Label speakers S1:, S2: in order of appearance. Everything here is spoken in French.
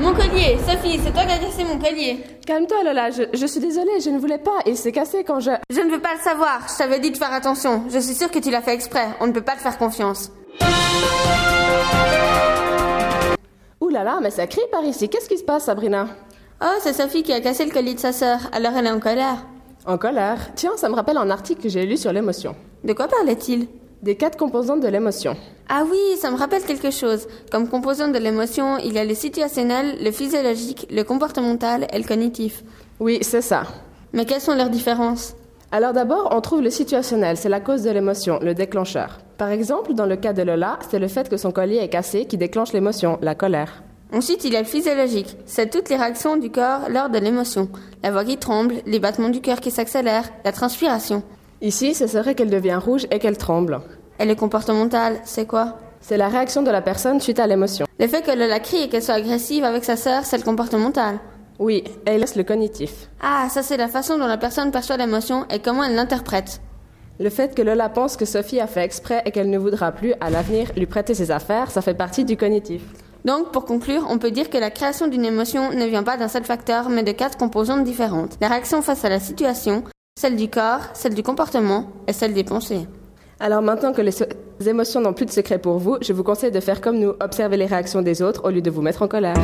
S1: Mon collier, Sophie, c'est toi qui as cassé mon collier.
S2: Calme-toi, Lola. Je, je suis désolée, je ne voulais pas. Il s'est cassé quand je.
S1: Je ne veux pas le savoir. Je t'avais dit de faire attention. Je suis sûre que tu l'as fait exprès. On ne peut pas te faire confiance.
S2: Ouh là là, mais ça crie par ici. Qu'est-ce qui se passe, Sabrina
S1: Oh, c'est Sophie qui a cassé le collier de sa sœur. Alors elle est en colère.
S2: En colère. Tiens, ça me rappelle un article que j'ai lu sur l'émotion.
S1: De quoi parlait-il
S2: Des quatre composantes de l'émotion.
S1: Ah oui, ça me rappelle quelque chose. Comme composante de l'émotion, il y a le situationnel, le physiologique, le comportemental et le cognitif.
S2: Oui, c'est ça.
S1: Mais quelles sont leurs différences
S2: Alors d'abord, on trouve le situationnel, c'est la cause de l'émotion, le déclencheur. Par exemple, dans le cas de Lola, c'est le fait que son collier est cassé qui déclenche l'émotion, la colère.
S1: Ensuite, il y a le physiologique. C'est toutes les réactions du corps lors de l'émotion. La voix qui tremble, les battements du cœur qui s'accélèrent, la transpiration.
S2: Ici, ce serait qu'elle devient rouge et qu'elle tremble.
S1: Et le comportemental, c'est quoi
S2: C'est la réaction de la personne suite à l'émotion.
S1: Le fait que Lola crie et qu'elle soit agressive avec sa sœur, c'est le comportemental.
S2: Oui, et il laisse le cognitif.
S1: Ah, ça c'est la façon dont la personne perçoit l'émotion et comment elle l'interprète.
S2: Le fait que Lola pense que Sophie a fait exprès et qu'elle ne voudra plus, à l'avenir, lui prêter ses affaires, ça fait partie du cognitif.
S1: Donc, pour conclure, on peut dire que la création d'une émotion ne vient pas d'un seul facteur, mais de quatre composantes différentes. La réaction face à la situation, celle du corps, celle du comportement et celle des pensées.
S2: Alors maintenant que les so- émotions n'ont plus de secret pour vous, je vous conseille de faire comme nous, observer les réactions des autres au lieu de vous mettre en colère.